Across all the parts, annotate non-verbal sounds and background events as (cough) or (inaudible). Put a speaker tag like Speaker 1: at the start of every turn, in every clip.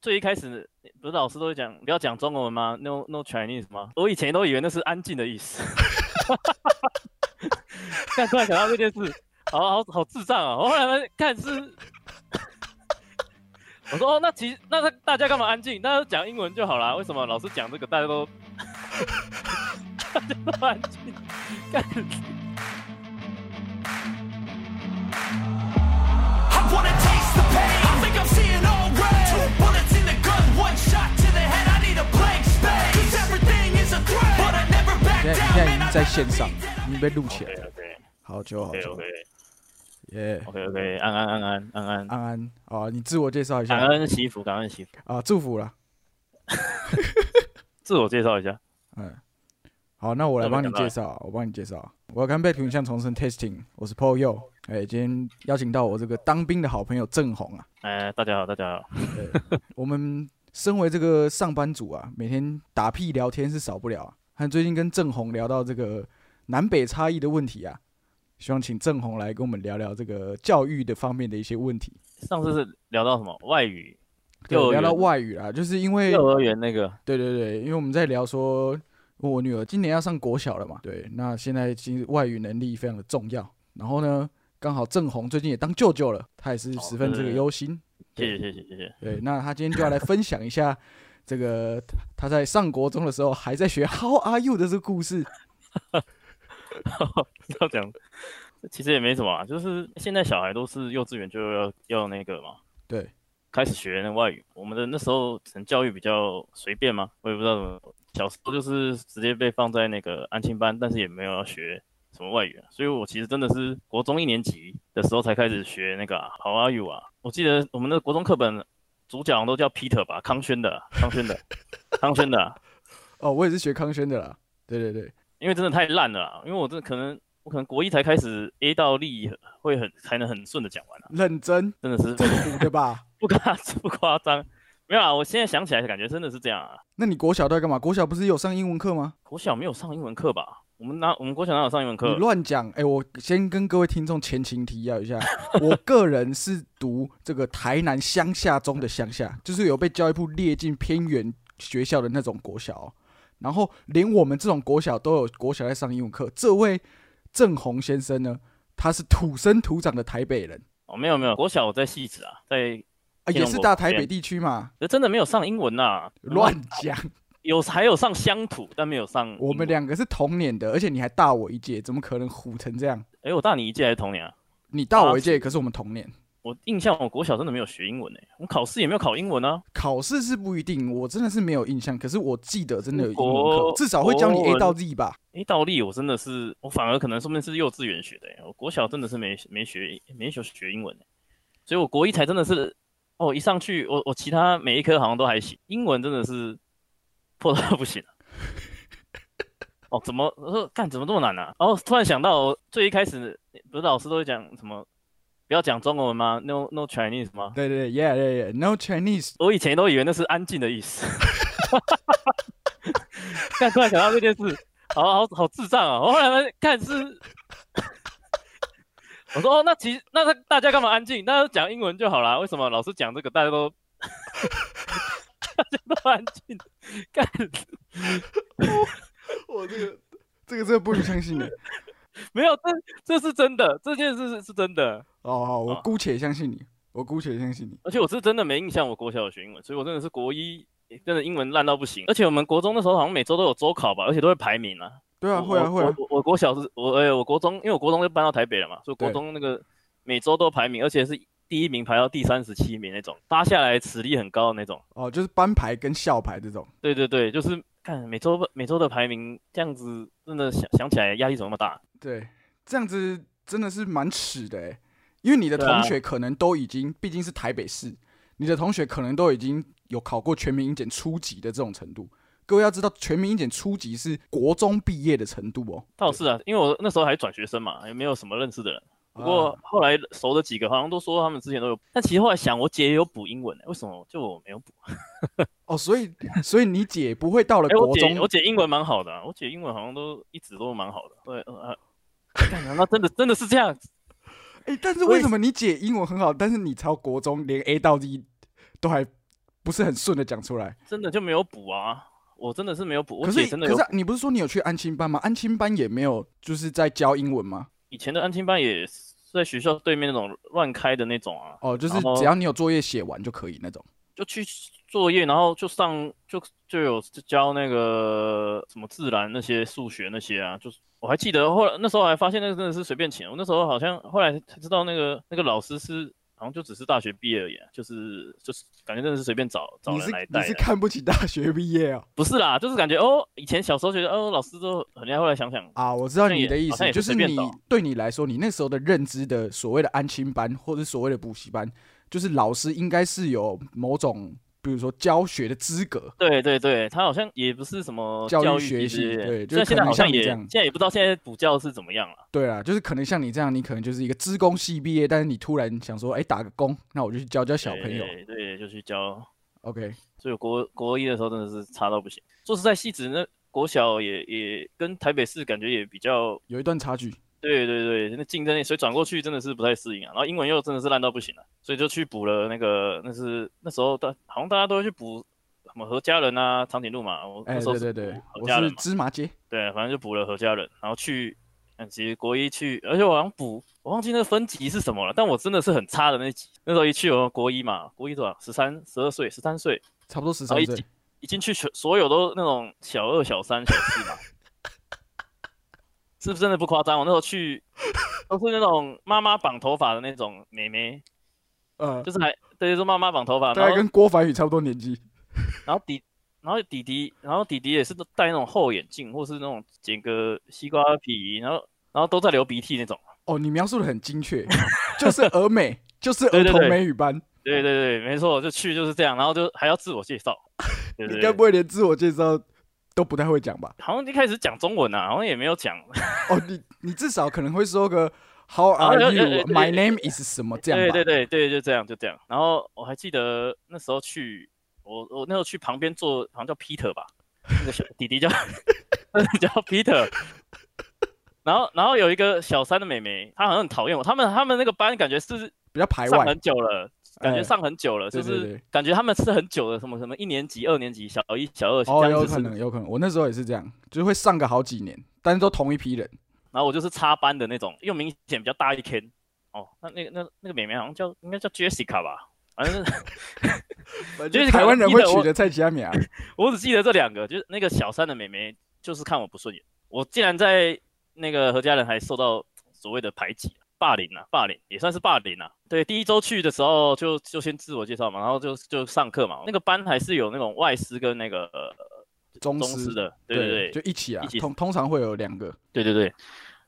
Speaker 1: 最一开始不是老师都会讲不要讲中文吗？No No Chinese 吗？我以前都以为那是安静的意思，但突然想到这件事，好好好智障啊！我后来发现看是，我说哦，那其实那大家干嘛安静？大家都讲英文就好啦，为什么老师讲这个大家都大家都安静？干
Speaker 2: I wanna taste the pain. I think I'm seeing all red. Two bullets in the gun, one shot to the head. I need a blank space. 'Cause everything is a threat, but I never back
Speaker 3: 现在
Speaker 2: down.
Speaker 3: 现在已
Speaker 2: man,
Speaker 3: 经
Speaker 2: I
Speaker 3: 在
Speaker 2: never
Speaker 3: 线上
Speaker 2: be，
Speaker 3: 已经被录起来
Speaker 1: OK
Speaker 3: 了。
Speaker 1: OK
Speaker 3: 好久好
Speaker 1: OK
Speaker 3: 久
Speaker 1: OK，
Speaker 3: 耶，
Speaker 1: OK OK，安安安安安安，
Speaker 3: 安安哦，你自我介绍一
Speaker 1: 感
Speaker 3: 下
Speaker 1: 恩惜福，感恩惜福。
Speaker 3: 啊，祝福啦。
Speaker 1: 自我介绍一下，
Speaker 3: 嗯，好，那我来
Speaker 1: 那我
Speaker 3: 帮
Speaker 1: 们讲
Speaker 3: 你
Speaker 1: 到啊
Speaker 3: 介绍，啊我帮你介绍。我要干被品相重生 testing，我是 Paul Yo，哎、今天邀请到我这个当兵的好朋友郑红啊。
Speaker 1: 哎，大家好，大家好，
Speaker 3: 我们身为这个上班族啊，每天打屁聊天是少不了啊。和最近跟郑红聊到这个南北差异的问题啊，希望请郑红来跟我们聊聊这个教育的方面的一些问题。
Speaker 1: 上次是聊到什么外语，
Speaker 3: 对
Speaker 1: 幼儿，园
Speaker 3: 聊到外语啊，就是因为
Speaker 1: 幼儿园那个，
Speaker 3: 对对对，因为我们在聊说，我女儿今年要上国小了嘛，对，那现在其实外语能力非常的重要。然后呢，刚好郑红最近也当舅舅了，他也是十分这个忧心。
Speaker 1: 谢谢谢谢谢谢，
Speaker 3: 对，那他今天就要来分享一下这个他他在上国中的时候还在学 “How are you” 的这个故事。
Speaker 1: 要讲，其实也没什么啊，就是现在小孩都是幼稚园就要要那个嘛，
Speaker 3: 对，
Speaker 1: 开始学那外语，我们的那时候可能教育比较随便嘛，我也不知道怎么，小时候就是直接被放在那个安亲班，但是也没有要学什么外语、啊，所以我其实真的是国中一年级的时候才开始学那个、啊、How are you 啊，我记得我们的国中课本主角好像都叫 Peter 吧，康轩的啊，康轩的啊，康轩的啊，
Speaker 3: 哦，我也是学康轩的啦。对对对，
Speaker 1: 因为真的太烂了啊，因为我真的可能。我可能国一才开始 A 到力会很才能很顺的讲完啊，
Speaker 3: 认真
Speaker 1: 真的是
Speaker 3: 补的吧？
Speaker 1: (laughs)
Speaker 3: (laughs)
Speaker 1: 不夸不夸张，没有啊，我现在想起来感觉真的是这样啊，
Speaker 3: 那你国小都在干嘛？国小不是有上英文课吗？
Speaker 1: 国小没有上英文课吧？我们哪我们国小哪有上英文
Speaker 3: 你
Speaker 1: 课？
Speaker 3: 乱讲！哎、我先跟各位听众前情提要一下，我个人是读这个台南乡下中的乡下，就是有被教育部列进偏远学校的那种国小哦、然后连我们这种国小都有国小在上英文课。这位郑红先生呢，他是土生土长的台北人
Speaker 1: 哦，没有没有，国小我在戏子啊，在
Speaker 3: 啊，
Speaker 1: 天
Speaker 3: 也
Speaker 1: 龙
Speaker 3: 是
Speaker 1: 国
Speaker 3: 大
Speaker 1: 这
Speaker 3: 台北
Speaker 1: 边
Speaker 3: 地区嘛。
Speaker 1: 呃真的没有上英文呐、啊，
Speaker 3: 乱讲！
Speaker 1: 有还有上乡土，但没有上英文
Speaker 3: 我们两个是同年的，而且你还大我一届，怎么可能虎成这样？
Speaker 1: 哎、我大你一届还是同年啊？
Speaker 3: 你大我
Speaker 1: 八
Speaker 3: 一届，可是我们同年。
Speaker 1: 我印象我国小真的没有学英文哎、我考试也没有考英文啊。
Speaker 3: 考试是不一定，我真的是没有印象，可是我记得真的有英文课
Speaker 1: 国，
Speaker 3: 至少会教你
Speaker 1: 国
Speaker 3: A
Speaker 1: 文
Speaker 3: 到 Z 吧。
Speaker 1: 诶，道理我真的是，我反而可能说明是幼稚园学的、欸，我国小真的是没没学没学学英文、欸，所以我国一才真的是，哦，一上去我我其他每一科好像都还行，英文真的是破到 (laughs) 不行、啊、哦，怎么我说干怎么这么难呢、啊？然后突然想到，我最一开始不是老师都会讲什么，不要讲中文吗？No No Chinese 吗？
Speaker 3: 对对对，Yeah Yeah Yeah，No Chinese。
Speaker 1: 我以前都以为那是安静的意思， (laughs) 但突然想到这件事，好好好智障啊！我后来发现，看是，我说哦，那其实那他大家干嘛安静？那就讲英文就好啦。为什么老师讲这个大家都大家都安静？干
Speaker 3: 我这个这个真的不能
Speaker 1: (laughs)
Speaker 3: 相信的。
Speaker 1: 没有，这这是真的，这件事是是真的，
Speaker 3: 哦，好，我
Speaker 1: 啊
Speaker 3: 姑且相信你，我姑且相信你。
Speaker 1: 而且我是真的没印象，我国小有学英文，所以我真的是国一。真的英文烂到不行，而且我们国中那时候好像每周都有周考吧，而且都会排名啊。
Speaker 3: 对啊，
Speaker 1: 我
Speaker 3: 会啊，
Speaker 1: 我
Speaker 3: 会啊。
Speaker 1: 我我国小是，我哎、我国中，因为我国中就搬到台北了嘛，所以国
Speaker 3: 对
Speaker 1: 中那个每周都排名，而且是第一名排到第三十七名那种，搭下来实力很高的那种。
Speaker 3: 哦，就是班牌跟校牌这种。
Speaker 1: 对对对，就是看每周每周的排名这样子，真的想想起来压力怎么那么大？
Speaker 3: 对，这样子真的是蛮耻的哎，因为你的
Speaker 1: 对啊
Speaker 3: 同学可能都已经，毕竟是台北市，你的同学可能都已经有考过全民英检初级的这种程度。各位要知道，全民英检初级是国中毕业的程度哦。
Speaker 1: 倒是啊，因为我那时候还转学生嘛，也没有什么认识的人。不
Speaker 3: 啊
Speaker 1: 过后来熟的几个好像都说他们之前都有，但其实后来想，我姐也有补英文、欸，为什么就我没有补？
Speaker 3: 哦，所以所以你姐不会到了
Speaker 1: (laughs) 哎、我
Speaker 3: 呃国中
Speaker 1: 姐，我姐英文蛮好的啊、我姐英文好像都一直都蛮好的。对，
Speaker 3: (laughs)
Speaker 1: 呃，干那真的真的是这样，
Speaker 3: 哎、但是
Speaker 1: 我
Speaker 3: 为
Speaker 1: 也
Speaker 3: 什么你姐英文很好，但是你朝国中连 A 到 Z 都还不是很顺的讲出来。
Speaker 1: 真的就没有补啊，我真的是没有补，我
Speaker 3: 可是
Speaker 1: 姐真的
Speaker 3: 可
Speaker 1: 有
Speaker 3: 是啊你不是说你有去安亲班吗？安亲班也没有就是在教英文吗？
Speaker 1: 以前的安亲班也是在学校对面那种乱开的那种啊，
Speaker 3: 哦，就是
Speaker 1: 然后
Speaker 3: 只要你有作业写完就可以那种。
Speaker 1: 就去作业，然后就上就就有教那个什么自然那些数学那些啊，就是我还记得后来那时候还发现那个真的是随便请，我那时候好像后来才知道那个那个老师是。好像就只是大学毕业而已、啊，就是就是感觉真的是随便找找
Speaker 3: 你
Speaker 1: 人
Speaker 3: 是
Speaker 1: 来
Speaker 3: 你
Speaker 1: 带
Speaker 3: 是
Speaker 1: 的，
Speaker 3: 看不起大学毕业啊？
Speaker 1: 不是啦，就是感觉哦，以前小时候觉得哦，老师都很厉害，后来想想
Speaker 3: 啊，我知道
Speaker 1: 那
Speaker 3: 你
Speaker 1: 也
Speaker 3: 的意
Speaker 1: 好
Speaker 3: 思
Speaker 1: 像，也
Speaker 3: 就是是
Speaker 1: 随便
Speaker 3: 你
Speaker 1: 找
Speaker 3: 对你来说，你那时候的认知的所谓的安亲班或者所谓的补习班，就是老师应该是有某种，比如说教学的资格。
Speaker 1: 对对对，他好像也不是什么
Speaker 3: 教育
Speaker 1: 育
Speaker 3: 学
Speaker 1: 系之
Speaker 3: 系
Speaker 1: 类的
Speaker 3: 对
Speaker 1: 虽然
Speaker 3: 就可
Speaker 1: 现在
Speaker 3: 能
Speaker 1: 好像
Speaker 3: 像你
Speaker 1: 也
Speaker 3: 这样
Speaker 1: 现在也不知道现在补教是怎么样了。
Speaker 3: 对啊，就是可能像你这样，你可能就是一个资工系毕业，但是你突然想说，哎、打个工，那我就去教教小朋友。
Speaker 1: 对对，就去教。
Speaker 3: OK，
Speaker 1: 所以我国国一的时候真的是差到不行。说实在，戏子那国小也也跟台北市感觉也比较，
Speaker 3: 有一段差距。
Speaker 1: 对对对，那竞争力，所以转过去真的是不太适应啊。然后英文又真的是烂到不行了、所以就去补了那个，那是那时候大好像大家都会去补什么何家人啊、长颈鹿嘛。我
Speaker 3: 哎、
Speaker 1: 那时候
Speaker 3: 对
Speaker 1: 是
Speaker 3: 对对
Speaker 1: 补，何
Speaker 3: 我
Speaker 1: 家人
Speaker 3: 是
Speaker 1: 嘛。
Speaker 3: 芝麻街。
Speaker 1: 对，反正就补了何家人，然后去，嗯，其实国一去，而且我好像补，我忘记那个分级是什么了，但我真的是很差的那级。那时候一去，我国一嘛，国一多少？十三、十二岁，十三岁，
Speaker 3: 差不多十
Speaker 1: 然
Speaker 3: 三
Speaker 1: 后一
Speaker 3: 岁
Speaker 1: 进，一进去，全所有都那种小二、小三、小四嘛，是不是真的不夸张？我那时候去，都是那种妈妈绑头发的那种妹妹，
Speaker 3: 呃，
Speaker 1: 就是还对，就是妈妈绑头发，
Speaker 3: 大
Speaker 1: 然
Speaker 3: 概
Speaker 1: 后
Speaker 3: 跟郭凡宇差不多年纪。
Speaker 1: 然后弟，然后弟弟，然后弟弟也是都戴那种厚眼镜，或是那种剪个西瓜皮，然后然后都在流鼻涕那种。
Speaker 3: 哦，你描述的很精确，
Speaker 1: (laughs)
Speaker 3: 就是俄美，就是儿
Speaker 1: 对对
Speaker 3: 童
Speaker 1: 对
Speaker 3: 美语班。
Speaker 1: 对对对，没错，就去就是这样，然后就还要自我介
Speaker 3: (laughs)
Speaker 1: 绍。对
Speaker 3: 你
Speaker 1: 对
Speaker 3: 该
Speaker 1: 对
Speaker 3: 不会连自我介绍都不太会讲吧？
Speaker 1: 好像一开始讲中文啊，好像也没有讲。
Speaker 3: 哦，你你至少可能会说个 How
Speaker 1: 啊
Speaker 3: are
Speaker 1: 呃呃
Speaker 3: you?
Speaker 1: 呃
Speaker 3: My name is 什么这样
Speaker 1: 对
Speaker 3: 吧？
Speaker 1: 对对对，就这样就这样。然后我还记得那时候去，我我那时候去旁边坐，好像叫 Peter 吧，那个小弟弟叫 (laughs) 那个叫 Peter。然后然后有一个小三的妹妹，她好像很讨厌我。他们他们那个班感觉是
Speaker 3: 比较排
Speaker 1: 上
Speaker 3: 外
Speaker 1: 很久了，感
Speaker 3: 哎
Speaker 1: 觉上很久了，就
Speaker 3: 对对
Speaker 1: 是
Speaker 3: 对
Speaker 1: 感觉他们是很久的，什么什么一年级、二年级、小一、小二
Speaker 3: 哦，
Speaker 1: 这样
Speaker 3: 有
Speaker 1: 子是。
Speaker 3: 可能，有可能。我那时候也是这样，就是会上个好几年，但是都同一批人。
Speaker 1: 然后我就是插班的那种，又明显比较大一圈。哦，那那个那那个妹妹好像叫应该叫 Jessica 吧，反正是 (laughs) 就是
Speaker 3: 台湾人会取
Speaker 1: 我
Speaker 3: 的蔡奇亚米啊，
Speaker 1: 我只记得这两个，就是那个小三的妹妹，就是看我不顺眼，我竟然在那个何家人还受到所谓的排挤、霸凌啊，霸凌也算是霸凌啊。对，第一周去的时候就就先自我介绍嘛，然后就就上课嘛。那个班还是有那种外师跟那个呃
Speaker 3: 中
Speaker 1: 中
Speaker 3: 师
Speaker 1: 师的，对对
Speaker 3: 就
Speaker 1: 对，
Speaker 3: 一起啊
Speaker 1: 一，起
Speaker 3: 通通常会有两个。
Speaker 1: 对对对。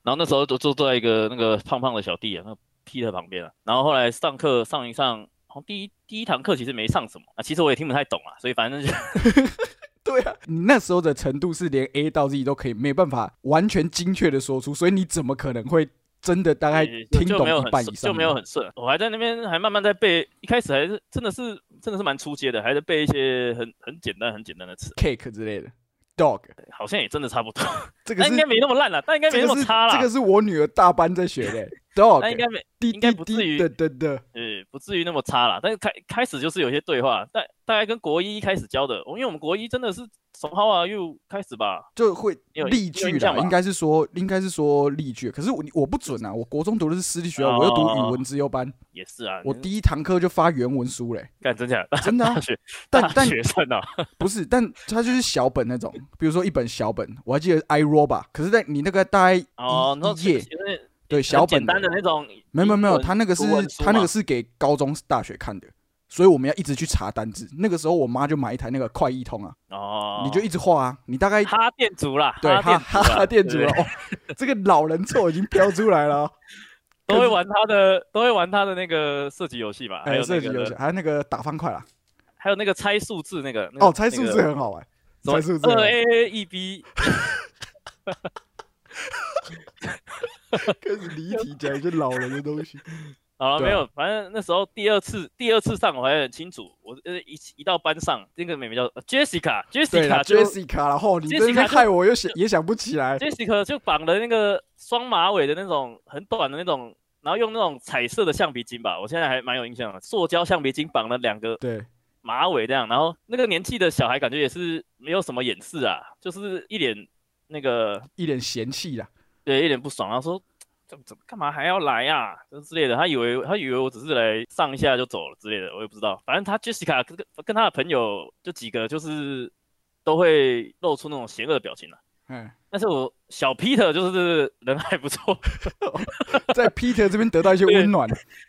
Speaker 1: 然后那时候就坐坐在一个那个胖胖的小弟啊，那个 Peter 旁边啊。然后后来上课上一上，好像第一第一堂课其实没上什么啊，其实我也听不太懂啊，所以反正就
Speaker 3: 对啊，你那时候的程度是连 A 到 Z 都可以，没办法完全精确的说出，所以你怎么可能会真的大概
Speaker 1: 对
Speaker 3: 听
Speaker 1: (laughs) 就就
Speaker 3: 懂
Speaker 1: 没有
Speaker 3: 一
Speaker 1: 很
Speaker 3: 半
Speaker 1: 顺
Speaker 3: 以上？
Speaker 1: 就没有很顺。我还在那边还慢慢在背，一开始还是真的是真的是蛮出街的，还在背一些很很简单很简单的词，
Speaker 3: cake 之类的 dog，
Speaker 1: 好像也真的差不多。
Speaker 3: 这个
Speaker 1: (laughs) 但
Speaker 3: 是
Speaker 1: 应该没那么烂了，但应该没
Speaker 3: 这
Speaker 1: 那
Speaker 3: 个
Speaker 1: 么
Speaker 3: 是
Speaker 1: 差
Speaker 3: 这个
Speaker 1: 啦。
Speaker 3: 是我女儿大班在学的 dog，
Speaker 1: 但应该没
Speaker 3: 滴
Speaker 1: 应
Speaker 3: 滴
Speaker 1: 该不至
Speaker 3: 滴
Speaker 1: 于
Speaker 3: 的的的，
Speaker 1: 呃不至于那么差啦。但是开开始就是有一些对话，但大概跟国一一开始教的，我因为我们国一真的是从 How are you 开始吧，
Speaker 3: 就会
Speaker 1: 你有
Speaker 3: 例
Speaker 1: 你有
Speaker 3: 句
Speaker 1: 印象
Speaker 3: 啦，
Speaker 1: 吧
Speaker 3: 应该是说应该是说例句，可是我我不准啊，我国中读的是私立学校，
Speaker 1: 哦
Speaker 3: 我又读语文资优班，
Speaker 1: 也是啊。
Speaker 3: 我
Speaker 1: 你
Speaker 3: 第一堂课就发原文书嘞，
Speaker 1: 干真假的
Speaker 3: (laughs) 真的啊
Speaker 1: 大学
Speaker 3: 但
Speaker 1: 大
Speaker 3: 但
Speaker 1: 学生啊，
Speaker 3: 不是，但它就是小本那种，比如说一本小本，我还记得 I Robot，可是在你那个大概一
Speaker 1: 哦，那
Speaker 3: 一页，对小
Speaker 1: 很
Speaker 3: 本
Speaker 1: 简
Speaker 3: 的
Speaker 1: 单的那种英文，
Speaker 3: 没有没有没有，他那个是
Speaker 1: 图文书啊
Speaker 3: 他那
Speaker 1: 嘛
Speaker 3: 个是给高中大学看的，所以我们要一直去查单字。那个时候我妈就买一台那个快译通啊，
Speaker 1: 哦，
Speaker 3: 你就一直画啊，你大概
Speaker 1: 哈店主啦，
Speaker 3: 对
Speaker 1: 哈
Speaker 3: 哈
Speaker 1: 店主啦
Speaker 3: 哈店主
Speaker 1: 对
Speaker 3: 了，哦， (laughs) 这个老人臭已经飘出来了哦，
Speaker 1: 都会玩他的，都会玩他的那个射击游戏吧，还
Speaker 3: 哎，
Speaker 1: 有
Speaker 3: 设
Speaker 1: 那
Speaker 3: 计游戏，
Speaker 1: 个，
Speaker 3: 还有那个打方块啦，
Speaker 1: 还有那个猜数字那个，那个
Speaker 3: 哦，猜数字
Speaker 1: (laughs)
Speaker 3: 很好玩，猜数字
Speaker 1: 二
Speaker 3: 啊很好玩，
Speaker 1: A 一 B，
Speaker 3: 开始离题讲一些老人
Speaker 1: (laughs)
Speaker 3: 的东西。
Speaker 1: 好了
Speaker 3: 对啊
Speaker 1: 没有，反正那时候第二次第二次上我还很清楚，我呃一一到班上，那个妹妹叫呃 Jessica
Speaker 3: 对啦
Speaker 1: Jessica 就
Speaker 3: Jessica，然后你在那边
Speaker 1: Jessica 就
Speaker 3: 害我又想也想不起来，
Speaker 1: Jessica 就绑了那个双马尾的那种很短的那种，然后用那种彩色的橡皮筋吧，我现在还蛮有印象的，塑胶橡皮筋绑了两个
Speaker 3: 对，
Speaker 1: 马尾这样，然后那个年纪的小孩感觉也是没有什么掩饰啊，就是一脸那个
Speaker 3: 一脸嫌弃啦。
Speaker 1: 对一脸不爽，然后说怎么怎么干嘛还要来呀、啊，就之类的。他以为他以为我只是来上一下就走了之类的，我也不知道。反正他 Jessica 跟跟他的朋友就几个就是都会露出那种邪恶的表情啊。
Speaker 3: 嗯，
Speaker 1: 但是我小 Peter 就是人还不错， (laughs)
Speaker 3: 在 Peter 这边得到一些温暖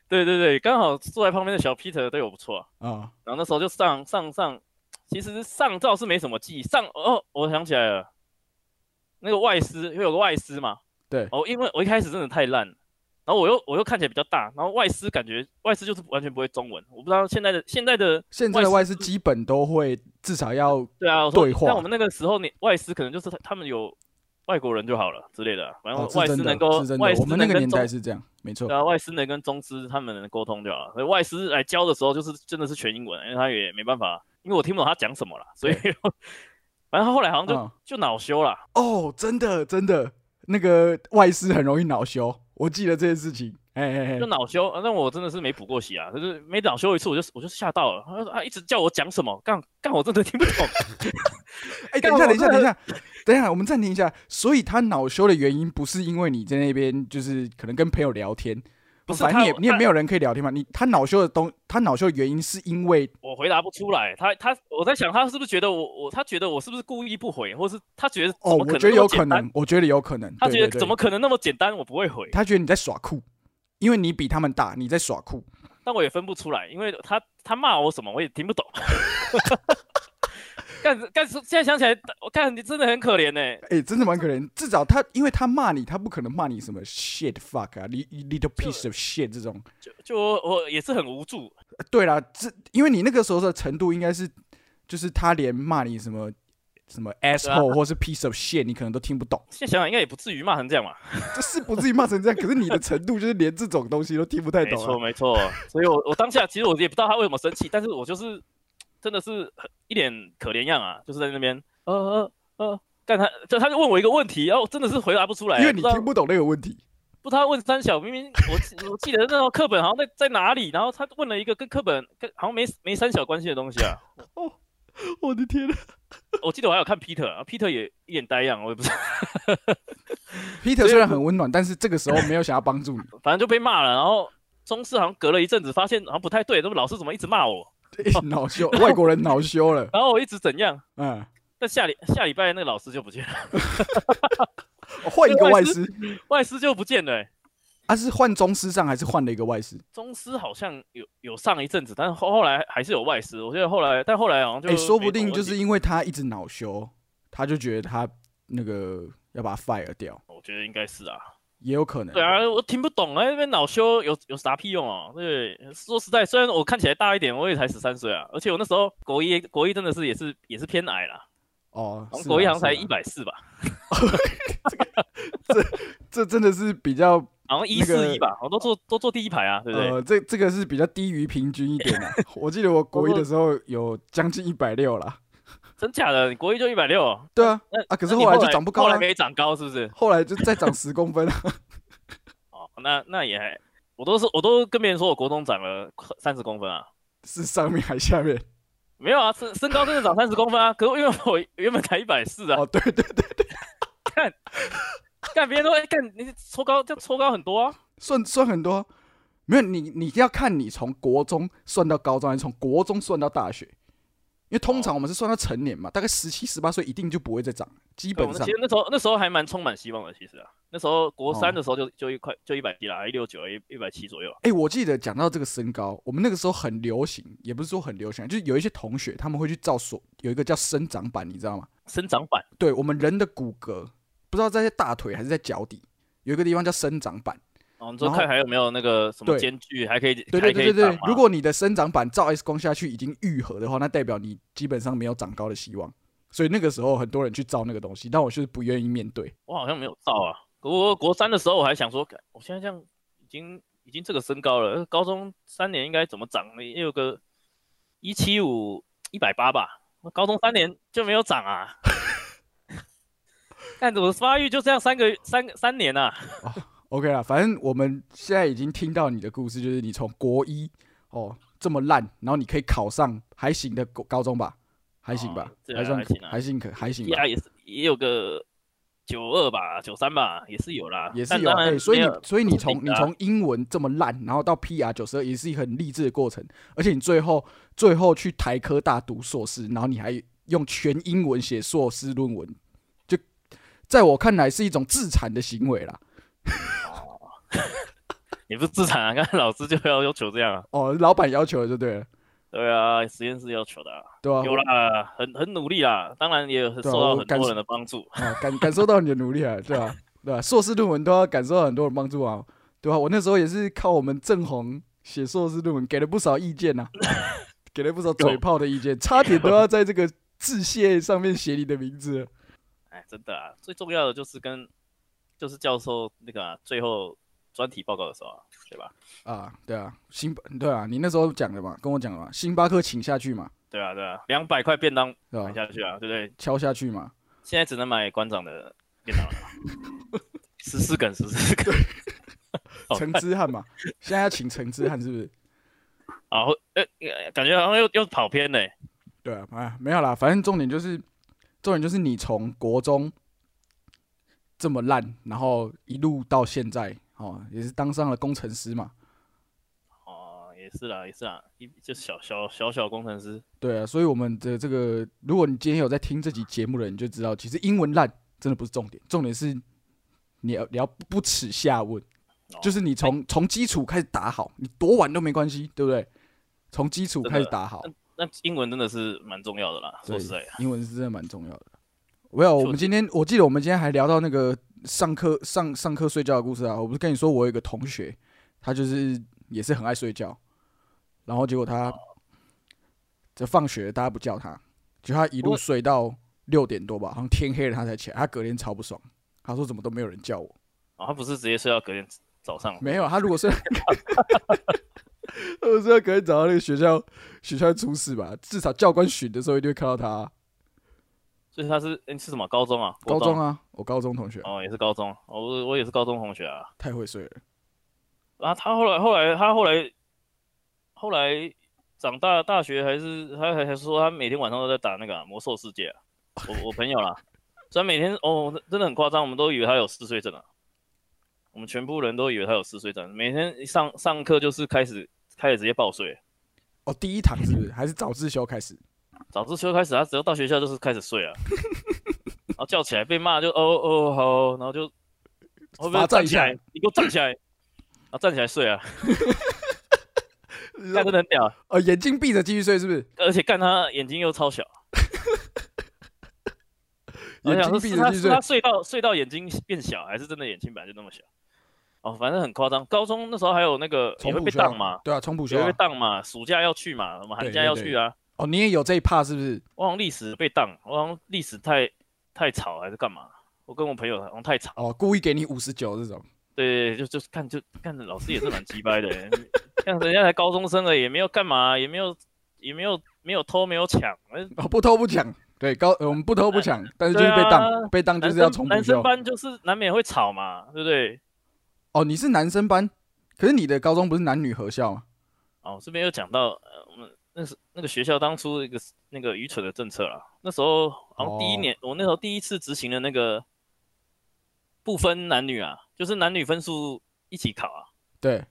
Speaker 1: 对对对，刚好坐在旁边的小 Peter 对我不错啊、
Speaker 3: 啊。
Speaker 1: 然后那时候就上上上，其实上照是没什么记忆。上哦，我想起来了，那个外师，因为有个外师嘛。
Speaker 3: 对
Speaker 1: 哦，因为我一开始真的太烂了，然后我又我又看起来比较大，然后外师感觉外师就是完全不会中文，我不知道现在的现在的
Speaker 3: 现在的
Speaker 1: 外
Speaker 3: 外
Speaker 1: 事
Speaker 3: 事基本都会至少要
Speaker 1: 对啊，我说
Speaker 3: 对话
Speaker 1: 但我们那个时候你外师可能就是他他们有外国人就好了之类的啊，反正
Speaker 3: 哦，
Speaker 1: 外
Speaker 3: 是
Speaker 1: 师
Speaker 3: 真的
Speaker 1: 能够
Speaker 3: 是真
Speaker 1: 外
Speaker 3: 的，
Speaker 1: 师
Speaker 3: 我们那
Speaker 1: 能
Speaker 3: 个
Speaker 1: 跟
Speaker 3: 年
Speaker 1: 中
Speaker 3: 代是这样，没错
Speaker 1: 对。啊，外师能跟中师他们能沟通就好了。所以外师来教的时候，就是真的是全英文，因为他也没办法，因为我听不懂他讲什么了，所以 (laughs) 反正他后来好像就、
Speaker 3: 嗯
Speaker 1: 就恼羞了。
Speaker 3: 哦，真的真的，那个外事很容易恼羞，我记得这件事情。哎哎哎
Speaker 1: 就，恼羞，啊那我真的是没补过习啊，就是没恼羞一次，我就我就吓到了。他说啊，一直叫我讲什么，干干我真的听不懂。
Speaker 3: 哎，等一下，
Speaker 1: 干
Speaker 3: 等一下，
Speaker 1: 我
Speaker 3: 等
Speaker 1: 真的
Speaker 3: 一下，等一下，我们暂停一下。所以他恼羞的原因不是因为你在那边就是可能跟朋友聊天，
Speaker 1: 不是
Speaker 3: 反正
Speaker 1: 他
Speaker 3: 你也你也
Speaker 1: 他
Speaker 3: 没有人可以聊天嘛。你他恼羞的东，他恼羞的原因是因为
Speaker 1: 我回答不出来，他他我在想他是不是觉得我我他觉得我是不是故意不回，或是他觉得怎
Speaker 3: 哦，
Speaker 1: 么
Speaker 3: 我
Speaker 1: 可能
Speaker 3: 觉得
Speaker 1: 那么
Speaker 3: 有可
Speaker 1: 简单
Speaker 3: 能，我觉得有可能，
Speaker 1: 他
Speaker 3: 对
Speaker 1: 觉
Speaker 3: 对
Speaker 1: 得
Speaker 3: 对
Speaker 1: 怎么可能那么简单，我不会回。
Speaker 3: 他觉得你在耍酷，因为你比他们大，你在耍酷。
Speaker 1: 但我也分不出来，因为他他骂我什么我也听不懂。 (laughs) 干干，现在想起来，我看你真的很可怜呢、
Speaker 3: 哎、真的蛮可怜。至少他，因为他骂你，他不可能骂你什么 shit fuck 啊，你 little piece of shit 这种。
Speaker 1: 就就我我也是很无助，
Speaker 3: 呃对啦，这因为你那个时候的程度应该是，就是他连骂你什么什么
Speaker 1: 啊
Speaker 3: asshole 或是 piece of shit，你可能都听不懂。
Speaker 1: 现在想想应该也不至于骂成这样嘛。
Speaker 3: 这是不至于骂成这样，可是你的程度就是连这种东西都听不太
Speaker 1: 没
Speaker 3: 懂、
Speaker 1: 错
Speaker 3: 啊。
Speaker 1: 没错，所以我我当下其实我也不知道他为什么生气，但是我就是真的是很一脸可怜样啊，就是在那边呃呃呃，干他就他就问我一个问题，然后我真的是回答不出来，
Speaker 3: 因为你
Speaker 1: 不知道
Speaker 3: 听不懂那个问题，
Speaker 1: 不知道问三小，明明我记我记得那时候课本好像在在哪里，然后他问了一个跟课本跟好像没没三小关系的东
Speaker 3: (laughs)
Speaker 1: 西啊。
Speaker 3: 我的哦天啊
Speaker 1: (laughs) 我记得我还有看 Peter，然后 Peter 也一脸呆样，我也不知道，
Speaker 3: ！Peter 虽然很温暖，但是这个时候没有想要帮
Speaker 1: (laughs)
Speaker 3: 助你，
Speaker 1: 反正就被骂了。然后中视好像隔了一阵子，发现好像不太对，那么老师怎么一直骂我？
Speaker 3: 哎 (laughs) 恼羞，外国人恼羞了。
Speaker 1: 然后我一直怎样？
Speaker 3: 嗯，
Speaker 1: 但下礼下礼拜那个老师就不见了，
Speaker 3: 换一个外师，
Speaker 1: 外师就不见了、欸。
Speaker 3: 他、啊是换宗师上还是换了一个外师？
Speaker 1: 中师好像有有上一阵子，但是后后来还是有外师。我觉得后来，但后来好像就、
Speaker 3: 哎、说不定就是因为他一直恼羞，他就觉得他那个要把他 fire 掉，
Speaker 1: 我觉得应该是啊，
Speaker 3: 也有可能。
Speaker 1: 对啊，我听不懂啊，那边恼羞有有啥屁用哦？对，说实在，虽然我看起来大一点，我也才十三岁啊，而且我那时候国一国一真的是也是也是偏矮啦，
Speaker 3: 哦，
Speaker 1: 好像
Speaker 3: 是
Speaker 1: 国一好
Speaker 3: 啊
Speaker 1: 像
Speaker 3: 是啊
Speaker 1: 才一百四吧，
Speaker 3: 这真的是比较
Speaker 1: 好像一
Speaker 3: 那个
Speaker 1: 四一吧，我都坐都坐第一排啊，对不对？
Speaker 3: 呃，这这个是比较低于平均一点
Speaker 1: (laughs)
Speaker 3: 的、我记得我国一的时候有将近一百六啦。
Speaker 1: 真假的？你国一就一百六，
Speaker 3: 对啊，
Speaker 1: 那
Speaker 3: 啊，可是
Speaker 1: 那你
Speaker 3: 后
Speaker 1: 后
Speaker 3: 来就长不高
Speaker 1: 后
Speaker 3: 了
Speaker 1: 来，没长高是不是？
Speaker 3: 后来就再长十公分啊。 (laughs)
Speaker 1: 哦，那那也还，我都是我都跟别人说我国中长了三十公分啊。
Speaker 3: 是上面还下面？
Speaker 1: 没有啊，身身高真的长三十公分啊！可是因为我原本才一百四啊，
Speaker 3: 哦，对对对，
Speaker 1: 干别人都会干、你抽高，这样抽高很多啊。
Speaker 3: 算算很多啊。没有你，你要看你从国中算到高中，还是从国中算到大学？因为通常我们是算到成年嘛，大概十七、十八岁一定就不会再长了，基
Speaker 1: 哦对
Speaker 3: 本
Speaker 1: 我们
Speaker 3: 上
Speaker 1: 其实那时候那时候还蛮充满希望的，其实啊，那时候国
Speaker 3: 哦
Speaker 1: 三的时候就、就一块就一百七啦，一六九一一百七左右啊。
Speaker 3: 哎、我记得讲到这个身高，我们那个时候很流行，也不是说很流行，就是有一些同学他们会去照所有一个叫生长板，你知道吗？
Speaker 1: 生长板
Speaker 3: 对我们人的骨骼，不知道在大腿还是在脚底，有一个地方叫生长板。
Speaker 1: 哦，你说
Speaker 3: 然后
Speaker 1: 看还有没有那个什么
Speaker 3: 对
Speaker 1: 间距，还可以
Speaker 3: 对对
Speaker 1: 还可
Speaker 3: 对对
Speaker 1: 以
Speaker 3: 对
Speaker 1: 长，嘛
Speaker 3: 如果你的生长板照 X 光下去已经愈合的话，那代表你基本上没有长高的希望。所以那个时候很多人去照那个东西，但我就是不愿意面对。
Speaker 1: 我好像没有照啊。国国三的时候我还想说，干我现在这样已经已经这个身高了，高中三年应该怎么长呢？也有个一七五一百八吧，我高中三年就没有长啊。 (laughs) 但我的发育就这样三个三个三年啊，
Speaker 3: OK 啦，反正我们现在已经听到你的故事，就是你从国一哦这么烂，然后你可以考上还行的高高中吧？还行吧
Speaker 1: 哦？对啊
Speaker 3: 还
Speaker 1: 还
Speaker 3: 算可
Speaker 1: 行啊
Speaker 3: 还行可还行
Speaker 1: 一
Speaker 3: 吧？
Speaker 1: 啊也是也有个九二吧，九三吧，也是有啦，
Speaker 3: 也是
Speaker 1: 但
Speaker 3: 有啊，
Speaker 1: 当然
Speaker 3: 对，所以
Speaker 1: 没
Speaker 3: 你
Speaker 1: 有
Speaker 3: 所以你从
Speaker 1: 顶
Speaker 3: 你
Speaker 1: 的啊
Speaker 3: 从英文这么烂，然后到 PR 九十二，也是一个很励志的过程。而且你最后最后去台科大读硕士，然后你还用全英文写硕士论文，就在我看来是一种自残的行为啦。
Speaker 1: 也不是自产啊， (laughs) 刚才老师就要要求这样啊，
Speaker 3: 哦，老板要求的就对了，
Speaker 1: 对啊，实验室要求的啊、
Speaker 3: 对吧、
Speaker 1: 有啦，很很努力啦，当然也有
Speaker 3: 哦对啊
Speaker 1: 受到
Speaker 3: 我
Speaker 1: 很
Speaker 3: 感
Speaker 1: 多
Speaker 3: 受
Speaker 1: 人的帮助，
Speaker 3: 啊，感感受到你的努力啊，对吧、对吧、硕士论文都要感受到很多人帮助啊，对吧、我那时候也是靠我们郑红写硕士论文，给了不少意见呐、啊给了不少嘴炮的意见，差点都要在这个致谢上面写你的名字了。
Speaker 1: 哎，真的啊，最重要的就是跟就是教授那个啊、最后专题报告的时候、啊，对吧？
Speaker 3: 啊，对啊，星巴对啊，你那时候讲的嘛，跟我讲的嘛，星巴克请下去嘛，
Speaker 1: 对啊，对啊，两百块便当
Speaker 3: 对吧、
Speaker 1: 买下去啊，对不对？
Speaker 3: 敲下去嘛，
Speaker 1: 现在只能买馆长的便
Speaker 3: (laughs)
Speaker 1: 当了吧，十四梗，十四梗。好
Speaker 3: 陈之汉嘛，现在要请陈之汉是不是？
Speaker 1: 啊，会呃，呃感觉好像又又跑偏欸嘞。
Speaker 3: 对啊，哎，没有啦，反正重点就是，重点就是你从国中这么烂，然后一路到现在，哦，也是当上了工程师嘛，
Speaker 1: 哦，也是啦，也是啦，一就小小小小工程师，
Speaker 3: 对啊，所以我们的这个，如果你今天有在听这集节目的人，你就知道，其实英文烂真的不是重点，重点是你要你要不耻下问，
Speaker 1: 哦
Speaker 3: 就是你从从基础开始打好，你多晚都没关系，对不对？从基础开始打好，
Speaker 1: 那英文真的是蛮重要的啦。说
Speaker 3: 对
Speaker 1: 实在的，
Speaker 3: 英文是真的蛮重要的。没有，我们今天我记得我们今天还聊到那个上课上上课睡觉的故事啊。我不是跟你说我有一个同学，他就是也是很爱睡觉，然后结果他这放学大家不叫他，就他一路
Speaker 1: 我
Speaker 3: 睡到六点多吧，好像天黑了他才起来，他隔天超不爽。他说怎么都没有人叫我，
Speaker 1: 哦，他不是直接睡到隔天早上，
Speaker 3: 没有，他如果 (laughs) 睡，我说可能找到那个学校学校会出事吧，至少教官巡的时候一定会看到他啊、
Speaker 1: 所以他是诶是什么高中啊？
Speaker 3: 高
Speaker 1: 国
Speaker 3: 中啊，我高中同学
Speaker 1: 哦，也是高中，哦我我也是高中同学啊。
Speaker 3: 太会睡了。
Speaker 1: 啊，他后来后来他后来后来长大大学还是他还还说他每天晚上都在打那个啊、魔兽世界、啊，我我朋友啦，虽然每天哦真的很夸张，我们都以为他有嗜睡症啊，我们全部人都以为他有嗜睡症，每天一上上课就是开始开始直接爆睡，
Speaker 3: 哦，第一堂
Speaker 1: (laughs)
Speaker 3: 是不是？还是早自修开始？
Speaker 1: 早自修开始他只要到学校就是开始睡
Speaker 3: (laughs)
Speaker 1: 啊，然后叫起来被骂就哦哦好哦，然后就会不
Speaker 3: 罚
Speaker 1: 会
Speaker 3: 站
Speaker 1: 站
Speaker 3: 一
Speaker 1: 起
Speaker 3: 下
Speaker 1: 来？你给我站起来，然后站起来
Speaker 3: (laughs)
Speaker 1: 睡啊，那真的很屌啊。
Speaker 3: 呃，眼睛闭着继续睡是不是？
Speaker 1: 而且干他眼睛又超小，我
Speaker 3: (laughs) 眼
Speaker 1: 想说
Speaker 3: 睛闭
Speaker 1: 是
Speaker 3: 着
Speaker 1: 他
Speaker 3: 继续
Speaker 1: 是他。
Speaker 3: 睡
Speaker 1: 睡到睡到眼睛变小，还是真的眼睛本来就那么小？哦，反正很夸张。高中那时候还有那个也
Speaker 3: 重
Speaker 1: 会
Speaker 3: 补
Speaker 1: 被
Speaker 3: 修啊
Speaker 1: 当嘛，
Speaker 3: 对啊，重补
Speaker 1: 也
Speaker 3: 修
Speaker 1: 会被
Speaker 3: 啊。
Speaker 1: 当嘛，暑假要去嘛，我们寒假要去啊。
Speaker 3: 哦，你也有这一趴是不是？
Speaker 1: 我好像历史被当，我好像历史太太吵还是干嘛？我跟我朋友好像太吵，
Speaker 3: 哦，故意给你五十九这种。
Speaker 1: 对，就就是看就看老师也是蛮鸡掰的， (laughs) 像人家才高中生了，也没有干嘛，也没有也没有没有偷没有抢，呃
Speaker 3: 哦，不偷不抢。对，高、呃我们不偷不抢，但是就是被
Speaker 1: 对啊
Speaker 3: 当，被当就
Speaker 1: 男
Speaker 3: 是要
Speaker 1: 生
Speaker 3: 重补
Speaker 1: 男生
Speaker 3: 修。
Speaker 1: 班就是难免会吵嘛，对不对？
Speaker 3: 哦，你是男生班，可是你的高中不是男女合校吗？
Speaker 1: 哦，这边有讲到，呃，我们那时那个学校当初一个那个愚蠢的政策啦，那时候好像第一
Speaker 3: 哦
Speaker 1: 年，我那时候第一次执行的那个不分男女啊，就是男女分数一起考啊，
Speaker 3: 对，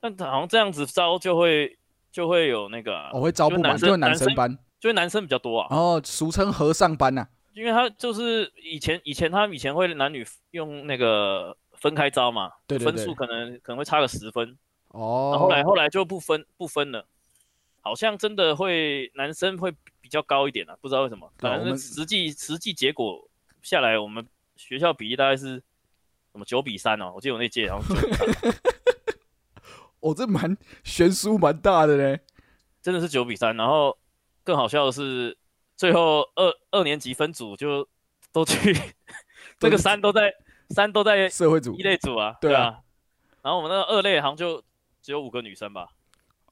Speaker 1: 但好像这样子招就会就会有那个啊、
Speaker 3: 哦我、会哦招不满，
Speaker 1: 就
Speaker 3: 就是男
Speaker 1: 男生
Speaker 3: 生班，
Speaker 1: 就会男生比较多啊，
Speaker 3: 然后俗称和尚班啊呐、
Speaker 1: 因为他就是以前以前他以前会男女用那个分开招嘛，
Speaker 3: 对对对
Speaker 1: 分数可能可能会差个十分，
Speaker 3: 哦，
Speaker 1: 然后后来后来就不分不分了，好像真的会男生会比较高一点啊，不知道为什么。
Speaker 3: 对啊
Speaker 1: 反
Speaker 3: 我们
Speaker 1: 正实际实际结果下来，我们学校比例大概是什么九比三哦，我记得我那届好像9
Speaker 3: 哦，这蛮悬殊蛮大的嘞。
Speaker 1: 真的是九比三。然后更好笑的是，最后二二年级分组就都去
Speaker 3: (laughs)
Speaker 1: 这
Speaker 3: 都是
Speaker 1: 个三都在三都在
Speaker 3: 社会组
Speaker 1: 一类组啊，对
Speaker 3: 对啊
Speaker 1: 啊。然后我们那个二类好像就只有五个女生吧，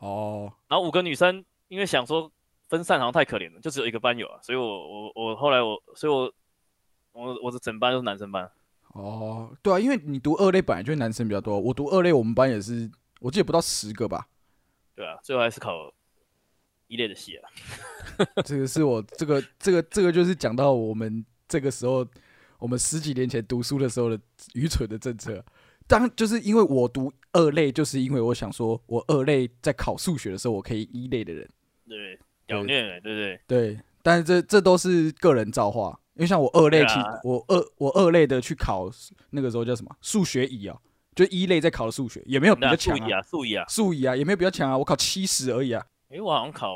Speaker 3: 哦，
Speaker 1: 然后五个女生，因为想说分散好像太可怜了，就只有一个班友啊，所以我我我后来我，所以我我我的整班都是男生班，
Speaker 3: 哦，对啊，因为你读二类本来就男生比较多，我读二类我们班也是，我记得不到十个吧， (laughs)
Speaker 1: 对啊，最后还是考一类的系啊。
Speaker 3: 这个是我这个这个这个就是讲到我们这个时候，我们十几年前读书的时候的愚蠢的政策。当就是因为我读二类，就是因为我想说，我二类在考数学的时候，我可以一类的人。
Speaker 1: 对，屌虐欸了，对不对？
Speaker 3: 对，但是这这都是个人造化，因为像我二类
Speaker 1: 对
Speaker 3: 其，
Speaker 1: 啊
Speaker 3: 我二我二类的去考那个时候叫什么数学乙啊，就一类在考的数学，也没有比
Speaker 1: 那
Speaker 3: 较
Speaker 1: 数
Speaker 3: 强
Speaker 1: 一啊，数一啊，
Speaker 3: 数乙啊也没有比较强啊，我考七十而已啊。
Speaker 1: 诶，我好像考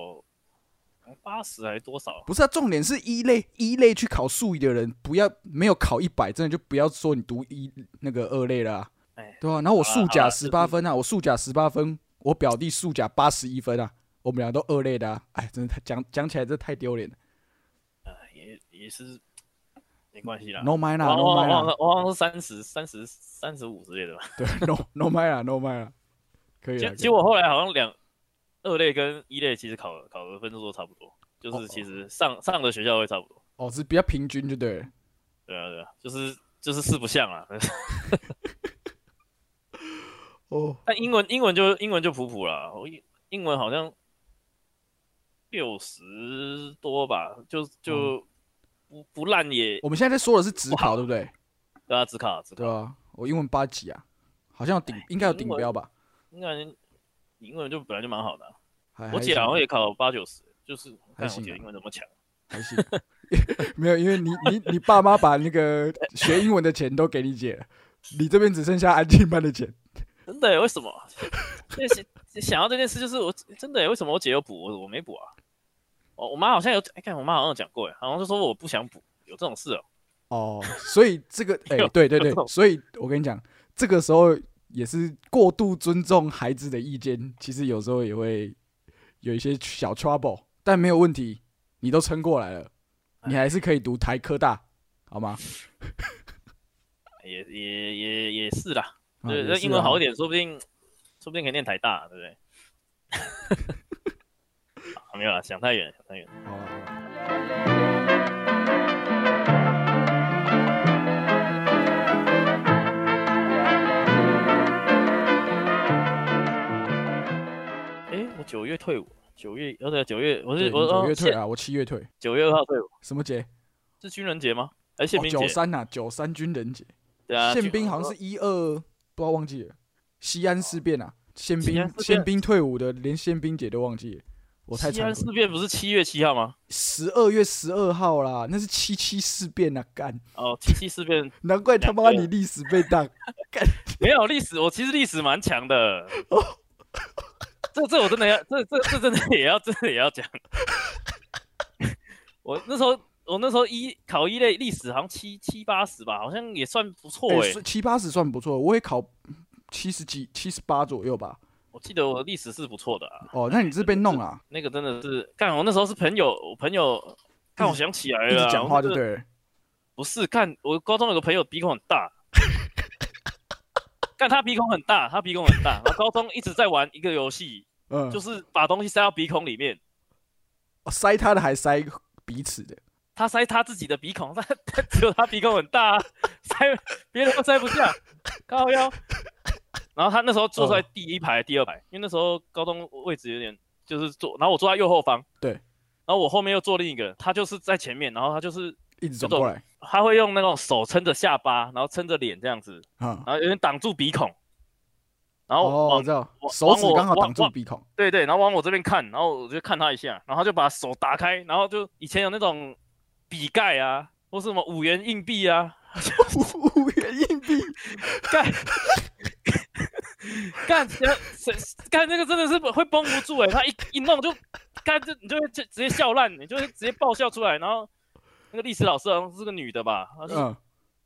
Speaker 1: 八十还是多少？
Speaker 3: 不是啊，重点是一类一类去考数乙的人，不要没有考一百，真的就不要说你读一那个二类了、啊，
Speaker 1: 哎，
Speaker 3: 对啊，然后我
Speaker 1: 好啦
Speaker 3: 数
Speaker 1: 好
Speaker 3: 甲
Speaker 1: 啦
Speaker 3: 十
Speaker 1: 就
Speaker 3: 八
Speaker 1: 是
Speaker 3: 分啊，我数甲十八分，我表弟数甲八十一分啊，我们俩都二类的啊，哎，真的太讲讲起来这太丢脸了
Speaker 1: 呃也也是没关系啦。
Speaker 3: ，no mind
Speaker 1: 我
Speaker 3: 啦
Speaker 1: 好我
Speaker 3: ，no
Speaker 1: 好我好
Speaker 3: mind 啦，
Speaker 1: 像我好像是三十三十三十五之类的吧。
Speaker 3: 对，no no mind 啦，no mind 啦，可以啊
Speaker 1: 其实
Speaker 3: 啦可以
Speaker 1: 其实我后来好像两二类跟一类其实考考的分数都差不多，就是其实上、上的学校会差不多。
Speaker 3: 哦是比较平均就对了，
Speaker 1: 对啊对啊，就是就是四不像啊。 (laughs)
Speaker 3: 哦，
Speaker 1: 但英文英文就英文就普普啦，我英英文好像六十多吧，就
Speaker 3: 嗯
Speaker 1: 就不不烂也
Speaker 3: 我们现在在说的是职考对不对？
Speaker 1: 对啊，只考只
Speaker 3: 对
Speaker 1: 考。
Speaker 3: 啊，我英文八级啊，好像有顶应该有
Speaker 1: 哎
Speaker 3: 顶
Speaker 1: 英文
Speaker 3: 标吧，
Speaker 1: 英文英文就本来就蛮好的啊、
Speaker 3: 还
Speaker 1: 我
Speaker 3: 还
Speaker 1: 姐
Speaker 3: 行
Speaker 1: 好像也考八九十，就是看
Speaker 3: 还行
Speaker 1: 我
Speaker 3: 啊
Speaker 1: 姐英文怎么强。
Speaker 3: 还行，没有，因为你你你爸妈把那个学英文的钱都给你姐了，你这边只剩下安静班的钱。
Speaker 1: 真的耶？欸为
Speaker 3: (laughs)
Speaker 1: 什么？这想想到这件事，就是我真的耶为什么我姐有补，我我没补啊？我我妈好像有，哎、看我妈好像有讲过，哎，好像就说我不想补，有这种事哦、
Speaker 3: 哦，所以这个，哎、
Speaker 1: 有
Speaker 3: 对对
Speaker 1: 有
Speaker 3: 对
Speaker 1: 这，种
Speaker 3: 所以我跟你讲，这个时候也是过度尊重孩子的意见，其实有时候也会有一些小 trouble，但没有问题，你都撑过来了，你还是可以读台科大，好吗？
Speaker 1: 也也也也是啦。
Speaker 3: 啊
Speaker 1: 对，
Speaker 3: 也
Speaker 1: 那
Speaker 3: 是
Speaker 1: 英文
Speaker 3: 啊
Speaker 1: 好一点，说不定说不定可以念台大，对不 (laughs) 对？啊没有啦，想太远，想太远。
Speaker 3: 好啊好啊
Speaker 1: 哎、我九月退伍，九月，哦对，九月，我
Speaker 3: 对
Speaker 1: 是
Speaker 3: 你
Speaker 1: 我
Speaker 3: 九月
Speaker 1: 哦
Speaker 3: 退
Speaker 1: 现
Speaker 3: 啊，我七月退，
Speaker 1: 九月二号退伍，
Speaker 3: 什么节？
Speaker 1: 是军人节吗？还是宪
Speaker 3: 哦，
Speaker 1: 兵
Speaker 3: 九
Speaker 1: 节？
Speaker 3: 三呐，九三军人节。
Speaker 1: 对啊，
Speaker 3: 宪
Speaker 1: 九
Speaker 3: 兵好像是一二，不知道忘记了。西安事变啊，宪
Speaker 1: 西安
Speaker 3: 兵
Speaker 1: 事变
Speaker 3: 宪兵退伍的，连宪兵姐都忘记了，我太
Speaker 1: 西
Speaker 3: 惭
Speaker 1: 安事
Speaker 3: 愧。
Speaker 1: 变不是七月七号吗？
Speaker 3: 十二月十二号啦，那是七七事变啊，干，
Speaker 1: 哦，七七事变
Speaker 3: 难怪他妈你历史被当。
Speaker 1: 没有历史，我其实历史蛮强的。这这我真的要，这这这真的也要，真的也要讲。 (laughs) 我那时候，我那时候一考一类历史好像七七八十吧，好像也算不错 (laughs) 哎、
Speaker 3: 哎算七八十算不错，我也考七十几、七十八左右吧。
Speaker 1: 我记得我历史是不错的、啊，
Speaker 3: 哦，那你是被弄
Speaker 1: (laughs)
Speaker 3: 了啊，
Speaker 1: 那个真的是干。我那时候是朋友，我朋友看我想起来
Speaker 3: 嗯一
Speaker 1: 了
Speaker 3: 直
Speaker 1: 啊，
Speaker 3: 讲
Speaker 1: 我
Speaker 3: 话
Speaker 1: 那
Speaker 3: 就
Speaker 1: 个
Speaker 3: 对了。
Speaker 1: 不是，看我高中有个朋友鼻孔很大，干他鼻孔很大，他鼻孔很大。然后高中一直在玩一个游戏，
Speaker 3: 嗯，
Speaker 1: 就是把东西塞到鼻孔里面，
Speaker 3: 哦塞他的还塞彼此的。
Speaker 1: 他塞他自己的鼻孔，但但只有他鼻孔很大、啊，塞别人都塞不下，高腰。然后他那时候坐
Speaker 3: 嗯
Speaker 1: 在第一排、第二排，因为那时候高中位置有点就是坐，然后我坐在右后方，
Speaker 3: 对
Speaker 1: 然后我后面又坐另一个人，他就是在前面，然后他就是
Speaker 3: 一直转过来，
Speaker 1: 他会用那种手撑着下巴，然后撑着脸这样子，
Speaker 3: 嗯，
Speaker 1: 然后有点挡住鼻孔，然后
Speaker 3: 哦，
Speaker 1: 往、
Speaker 3: 我知道，
Speaker 1: 往
Speaker 3: 手指
Speaker 1: 往我
Speaker 3: 刚好
Speaker 1: 往
Speaker 3: 挡住
Speaker 1: 往
Speaker 3: 鼻孔， (laughs)
Speaker 1: 对对，然后往我这边看，然后我就看他一下，然后他就把手打开，然后就以前有那种笔盖啊，或是什么五元硬币啊，
Speaker 3: 五元硬币。
Speaker 1: 干 (laughs) 干谁干那个真的是会绷不住哎、他一一弄就干就你就会直直接笑烂，你就会直接爆笑出来，然后那个历史老师好像是个女的吧，她就
Speaker 3: 嗯，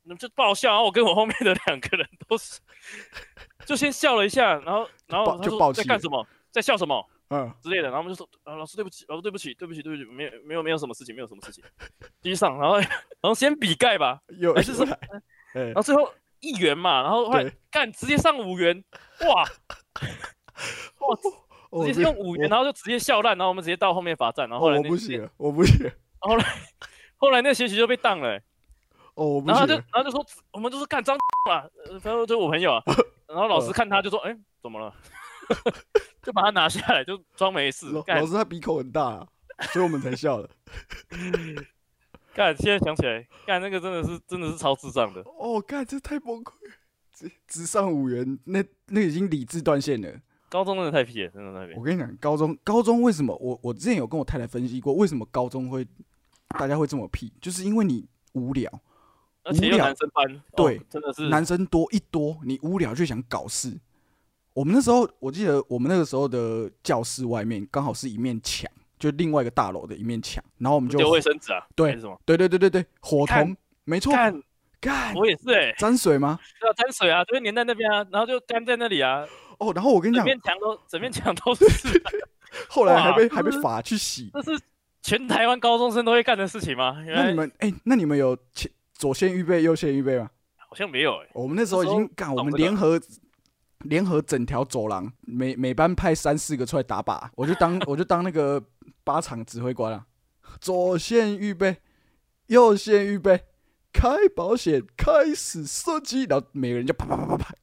Speaker 1: 你们就爆笑，然后我跟我后面的两个人都是， (laughs) 就先笑了一下，然后然后
Speaker 3: 爆
Speaker 1: 他
Speaker 3: 就
Speaker 1: 说
Speaker 3: 爆气
Speaker 1: 在
Speaker 3: 了
Speaker 1: 干什么，在笑什么
Speaker 3: 嗯，
Speaker 1: 之类的，然后我们就说啊老师对不起，老师对不起，对不起对不起，没有没有没有什么事情，没有什么事情， (laughs) 继续上，然后然后先比盖吧，
Speaker 3: 又
Speaker 1: 还是
Speaker 3: 又 (laughs)
Speaker 1: 说
Speaker 3: 来，哎
Speaker 1: 然后最后一元嘛，然后后来
Speaker 3: 对
Speaker 1: 干直接上五元，哇，
Speaker 3: 我
Speaker 1: 直
Speaker 3: 哦不哦
Speaker 1: 接用五元，然后就直接笑烂，然后我们直接到后面罚站，然后后来
Speaker 3: 我
Speaker 1: 那
Speaker 3: 不行了，我不行了，
Speaker 1: 后来后来那学期就被当了、欸
Speaker 3: 哦，我不
Speaker 1: 然后他
Speaker 3: 行
Speaker 1: 就
Speaker 3: 了，
Speaker 1: 然后就说
Speaker 3: (laughs) 嗯
Speaker 1: 我们就是干张啦，呃然后就我朋友啊，然后老师看他就说，哎、怎么了？ (laughs) 就把它拿下来，就装没事。
Speaker 3: 老
Speaker 1: 干
Speaker 3: 老师他鼻孔很大啊，所以我们才笑
Speaker 1: (laughs)
Speaker 3: 了。
Speaker 1: 干，现在想起来，干那个真的是真的是超智障的。
Speaker 3: 哦，干，这太崩溃了，直直上五元，那那已经理智断线了。
Speaker 1: 高中真的太屁了，真的太屁
Speaker 3: 我。跟你讲，高中高中为什么我我之前有跟我太太分析过，为什么高中会大家会这么屁，就是因为你无聊，
Speaker 1: 而且又
Speaker 3: 无聊
Speaker 1: 男生班，
Speaker 3: 对
Speaker 1: 哦真的是
Speaker 3: 男生多一多，你无聊就想搞事。我们那时候，我记得我们那个时候的教室外面刚好是一面墙，就另外一个大楼的一面墙，然后我们就
Speaker 1: 丢卫生纸啊，
Speaker 3: 对
Speaker 1: 还是什么？
Speaker 3: 对对对对对，伙同
Speaker 1: 干
Speaker 3: 没错，
Speaker 1: 干，
Speaker 3: 干
Speaker 1: 我也是哎、
Speaker 3: 沾水吗？
Speaker 1: 对啊，沾水啊，就会粘在那边啊，然后就干在那里啊，
Speaker 3: 哦，然后我跟你
Speaker 1: 整
Speaker 3: 讲，
Speaker 1: 面墙都整面墙都
Speaker 3: (laughs)
Speaker 1: 是，
Speaker 3: 后来还被
Speaker 1: 哇嗯
Speaker 3: 还被罚去洗。
Speaker 1: 这是全台湾高中生都会干的事情吗？
Speaker 3: 那
Speaker 1: 原
Speaker 3: 你
Speaker 1: 来
Speaker 3: 们哎、那你们有前左线预备、右线预备吗？哦
Speaker 1: 好像没有哎、
Speaker 3: 我们那时候已
Speaker 1: 那
Speaker 3: 经
Speaker 1: 时候
Speaker 3: 干，我
Speaker 1: 懂
Speaker 3: 们
Speaker 1: 不
Speaker 3: 联合联合整条走廊，每每班派三四个出来打靶，我就当 (laughs) 我就当那个八场指挥官啊。左线预备，右线预备，开保险，开始射击，然后每个人就啪啪啪啪啪，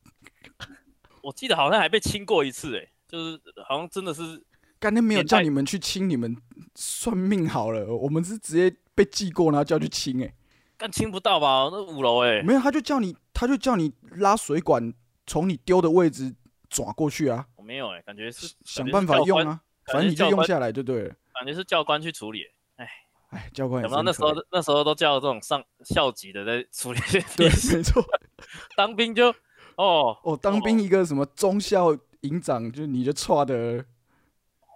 Speaker 1: 我记得好像还被亲过一次哎、就是好像真的是
Speaker 3: 干那没有
Speaker 1: 年代
Speaker 3: 叫你们去清，你们算命好了，我们是直接被记过，然后叫去清、欸，
Speaker 1: 干亲不到吧？那五楼哎、
Speaker 3: 没有，他就叫你，他就叫你拉水管从你丢的位置转过去啊，
Speaker 1: 我没有哎、感觉是
Speaker 3: 想办法用，啊，
Speaker 1: 感觉是教官感觉是
Speaker 3: 反正你就
Speaker 1: 教
Speaker 3: 用
Speaker 1: 官
Speaker 3: 下来就对了。
Speaker 1: 感觉是教官感觉是教官去处理、欸。
Speaker 3: 哎，教官也
Speaker 1: 想不到那
Speaker 3: 是很
Speaker 1: 时候
Speaker 3: 可怜
Speaker 1: 那时候都叫这种上校级的在处理这些
Speaker 3: (laughs) 对
Speaker 1: 屁事，，
Speaker 3: 没错。
Speaker 1: 当兵就哦，
Speaker 3: 哦，当兵一个什么中校营长，就你就差的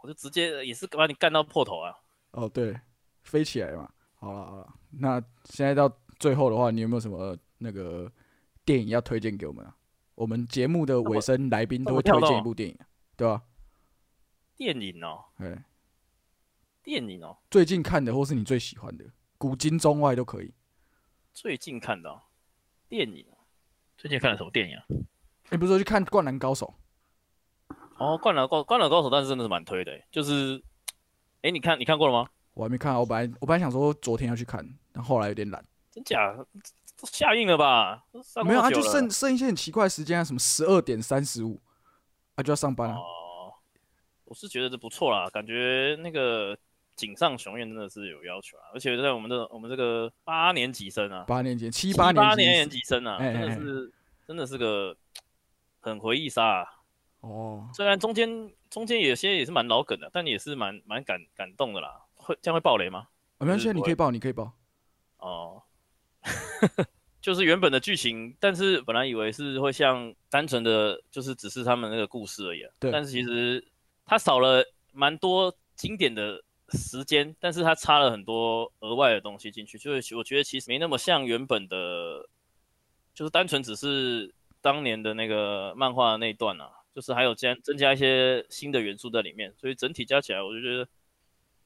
Speaker 1: 我就直接也是把你干到破头啊！
Speaker 3: 哦，对，飞起来嘛。好了好了，那现在到最后的话，你有没有什么那个电影要推荐给我们啊？我们节目的尾声，来宾都会
Speaker 1: 那
Speaker 3: 推
Speaker 1: 我跳
Speaker 3: 荐
Speaker 1: 到
Speaker 3: 一部电影，啊对吧？
Speaker 1: 电影哦，
Speaker 3: 哎，
Speaker 1: 电影哦，
Speaker 3: 最近看的或是你最喜欢的，古今中外都可以。
Speaker 1: 最近看的、哦、电影哦，最近看了什么电影啊？
Speaker 3: 哎你不是说去看《灌篮高手》？
Speaker 1: 哦，《灌篮高灌篮高手》，但是真的是蛮推的欸，就是，哎，你看你看过了吗？
Speaker 3: 我还没看啊，我本来我本来想说昨天要去看，但后来有点懒。
Speaker 1: 真假？都下映了吧？都上
Speaker 3: 没有啊，
Speaker 1: 那么久
Speaker 3: 就
Speaker 1: 了
Speaker 3: 剩剩一些很奇怪的时间啊，什么十二点三十五啊就要上班了、
Speaker 1: 哦。我是觉得这不错啦，感觉那个井上雄彦真的是有要求啊，而且在我们的我们这个八年级生啊，
Speaker 3: 八年级、七
Speaker 1: 七八
Speaker 3: 年
Speaker 1: 年
Speaker 3: 级
Speaker 1: 级生啊，
Speaker 3: 哎哎
Speaker 1: 真的是真的是个很回忆杀、啊。
Speaker 3: 哦，
Speaker 1: 虽然中间中间有些也是蛮老梗的，但也是蛮蛮感感动的啦。会这样会爆雷吗？
Speaker 3: 啊没关系
Speaker 1: 就
Speaker 3: 啊，
Speaker 1: 是
Speaker 3: 你可以报，你可以报。
Speaker 1: 哦， (laughs) 就是原本的剧情，但是本来以为是会像单纯的就是只是他们那个故事而已啊、
Speaker 3: 对
Speaker 1: 但是其实它少了蛮多经典的时间，但是它插了很多额外的东西进去，就是我觉得其实没那么像原本的，就是单纯只是当年的那个漫画的那一段啊，就是还有加增加一些新的元素在里面，所以整体加起来，我就觉得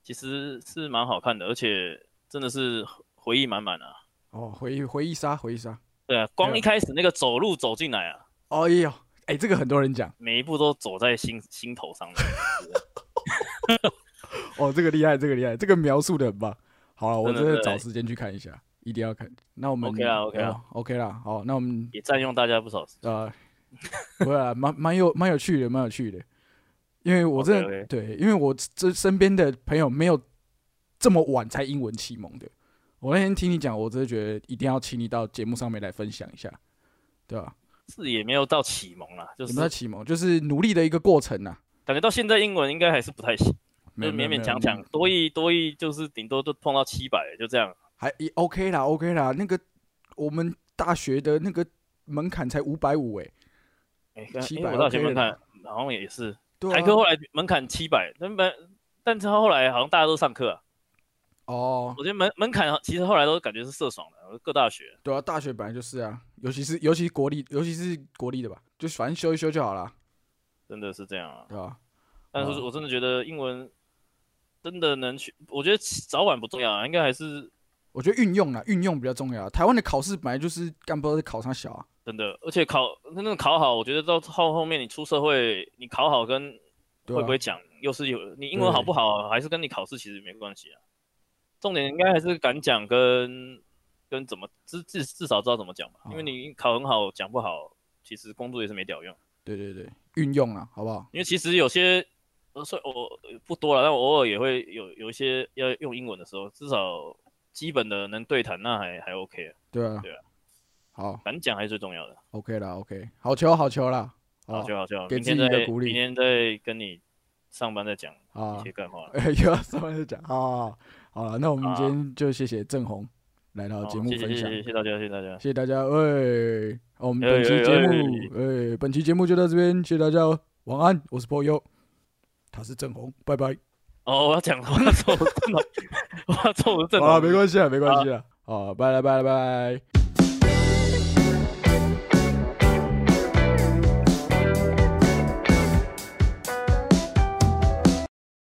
Speaker 1: 其实是蛮好看的，而且真的是回忆满满啊。
Speaker 3: 哦，回忆回忆杀，回忆杀。
Speaker 1: 对啊，光一开始那个走路走进来啊，
Speaker 3: 哦哎呦，哎，这个很多人讲，
Speaker 1: 每一步都走在心心头上的，
Speaker 3: 哦，这个厉害，这个厉害，这个描述的很棒。好了，我真
Speaker 1: 真的
Speaker 3: 的
Speaker 1: 对
Speaker 3: 找时间去看一下，一定要看。那我们
Speaker 1: OK 啦，OK 啦
Speaker 3: 哦，OK 啦，好，那我们
Speaker 1: 也占用大家不少时间。
Speaker 3: 呃，不会啊，蛮蛮有蛮有趣的，蛮有趣的。因为我真的
Speaker 1: OK，OK
Speaker 3: 对，因为我这身边的朋友没有这么晚才英文启蒙的。我那天听你讲，我真的觉得一定要请你到节目上面来分享一下，对吧？
Speaker 1: 是也没有到启蒙啦，就
Speaker 3: 什
Speaker 1: 是
Speaker 3: 么叫启蒙？就是努力的一个过程呐、
Speaker 1: 感觉到现在英文应该还是不太行，就
Speaker 3: 没有
Speaker 1: 是勉
Speaker 3: 没有没有
Speaker 1: 勉强强，多一多一就是顶多就碰到七百，就这样。
Speaker 3: 还也 OK 啦，OK 啦。那个我们大学的那个门槛才五百五哎，
Speaker 1: 哎，看
Speaker 3: 700
Speaker 1: 因为我大学
Speaker 3: OK
Speaker 1: 门
Speaker 3: 了
Speaker 1: 槛好像也是，
Speaker 3: 对
Speaker 1: 台
Speaker 3: 啊
Speaker 1: 科，后来门槛七百，但本但是后来好像大家都上课啊，
Speaker 3: 哦，
Speaker 1: 我觉得门门槛其实后来都感觉是社爽的，各大学。
Speaker 3: 对啊，大学本来就是啊，尤其是尤其是国立，尤其是国立的吧，就反正修一修就好啦，
Speaker 1: 真的是这样啊，
Speaker 3: 对吧、
Speaker 1: 但是
Speaker 3: 哦
Speaker 1: 我真的觉得英文真的能去，我觉得早晚不重要啊，应该还是
Speaker 3: 我觉得运用啦，运用比较重要啊。台湾的考试本来就是干不知道在考啥小啊，
Speaker 1: 真的，而且考真正考好，我觉得到后后面你出社会，你考好跟
Speaker 3: 对
Speaker 1: 会
Speaker 3: 啊吧、
Speaker 1: 不会讲、又是有你英文好不好，还是跟你考试其实没关系啊。重点应该还是敢讲跟跟怎么至至至少知道怎么讲吧，因为
Speaker 3: 哦
Speaker 1: 你考很好讲不好，其实工作也是没屌用。
Speaker 3: 对对对，运用了，好不好？
Speaker 1: 因为其实有些，呃，虽我呃不多了，但我偶尔也会有有一些要用英文的时候，至少基本的能对谈，那还还 OK 啊。
Speaker 3: 对啊，
Speaker 1: 对啊
Speaker 3: 好
Speaker 1: 敢讲还是最重要的。
Speaker 3: ，OK 啦 o、k 好球，好球啦，
Speaker 1: 好就好就好，
Speaker 3: 哦给
Speaker 1: 明天
Speaker 3: 自己一个
Speaker 1: 再
Speaker 3: 鼓励
Speaker 1: 明天再跟你上班再讲
Speaker 3: 啊
Speaker 1: 一些，干话了。
Speaker 3: 呃，有什么就讲，好好好好了，那我们今天就谢谢郑红来到
Speaker 1: 好，
Speaker 3: 节目
Speaker 1: 谢谢谢
Speaker 3: 分
Speaker 1: 谢
Speaker 3: 享，
Speaker 1: 谢谢大家，谢谢大家，
Speaker 3: 谢谢大家，喂，好我们
Speaker 1: 哎
Speaker 3: 本期节
Speaker 1: 哎
Speaker 3: 目，哎，本期节目就到这边，谢谢大家，哦，晚安，我是波优，他是郑红，拜拜。
Speaker 1: 哦，我要讲，我 (laughs) 要做我的正统，我要做我的正
Speaker 3: 好了，
Speaker 1: 统。
Speaker 3: 啊没关系啊，没关系啊，好，拜了拜了拜。